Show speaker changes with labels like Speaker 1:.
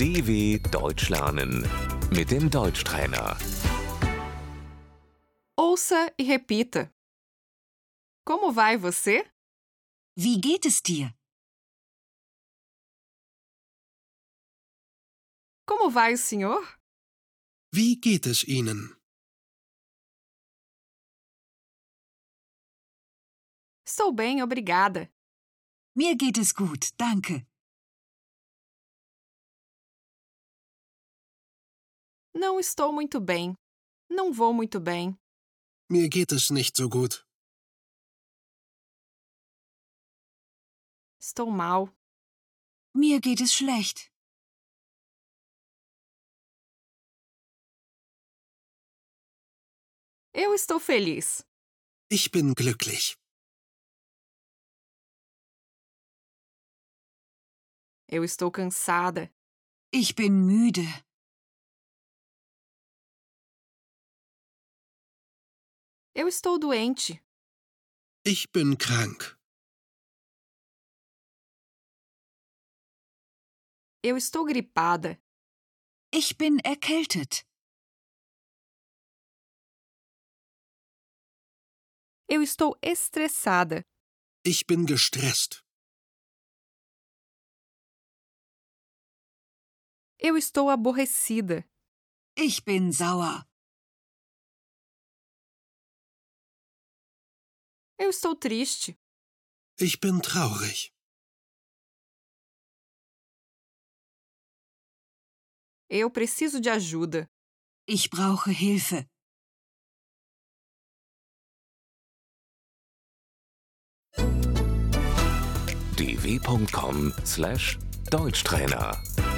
Speaker 1: DW Deutsch lernen mit dem Deutschtrainer.
Speaker 2: Ouça e repita. Como vai você?
Speaker 3: Wie geht es dir?
Speaker 2: Como vai o senhor?
Speaker 4: Wie geht es Ihnen?
Speaker 2: Estou bem, obrigada.
Speaker 3: Mir geht es gut, danke.
Speaker 2: Não estou muito bem. Não vou muito bem.
Speaker 4: Mir geht es nicht so gut.
Speaker 2: Estou mal.
Speaker 3: Mir geht es schlecht.
Speaker 2: Eu estou feliz.
Speaker 4: Ich bin glücklich.
Speaker 2: Eu estou cansada.
Speaker 3: Ich bin müde.
Speaker 2: Eu estou doente.
Speaker 4: Ich bin krank.
Speaker 2: Eu estou gripada.
Speaker 3: Ich bin erkältet.
Speaker 2: Eu estou estressada.
Speaker 4: Ich bin gestresst.
Speaker 2: Eu estou aborrecida.
Speaker 3: Ich bin sauer.
Speaker 2: Eu estou triste.
Speaker 4: Ich bin traurig.
Speaker 2: Eu preciso de ajuda.
Speaker 3: Ich brauche Hilfe.
Speaker 1: dw.com/deutschtrainer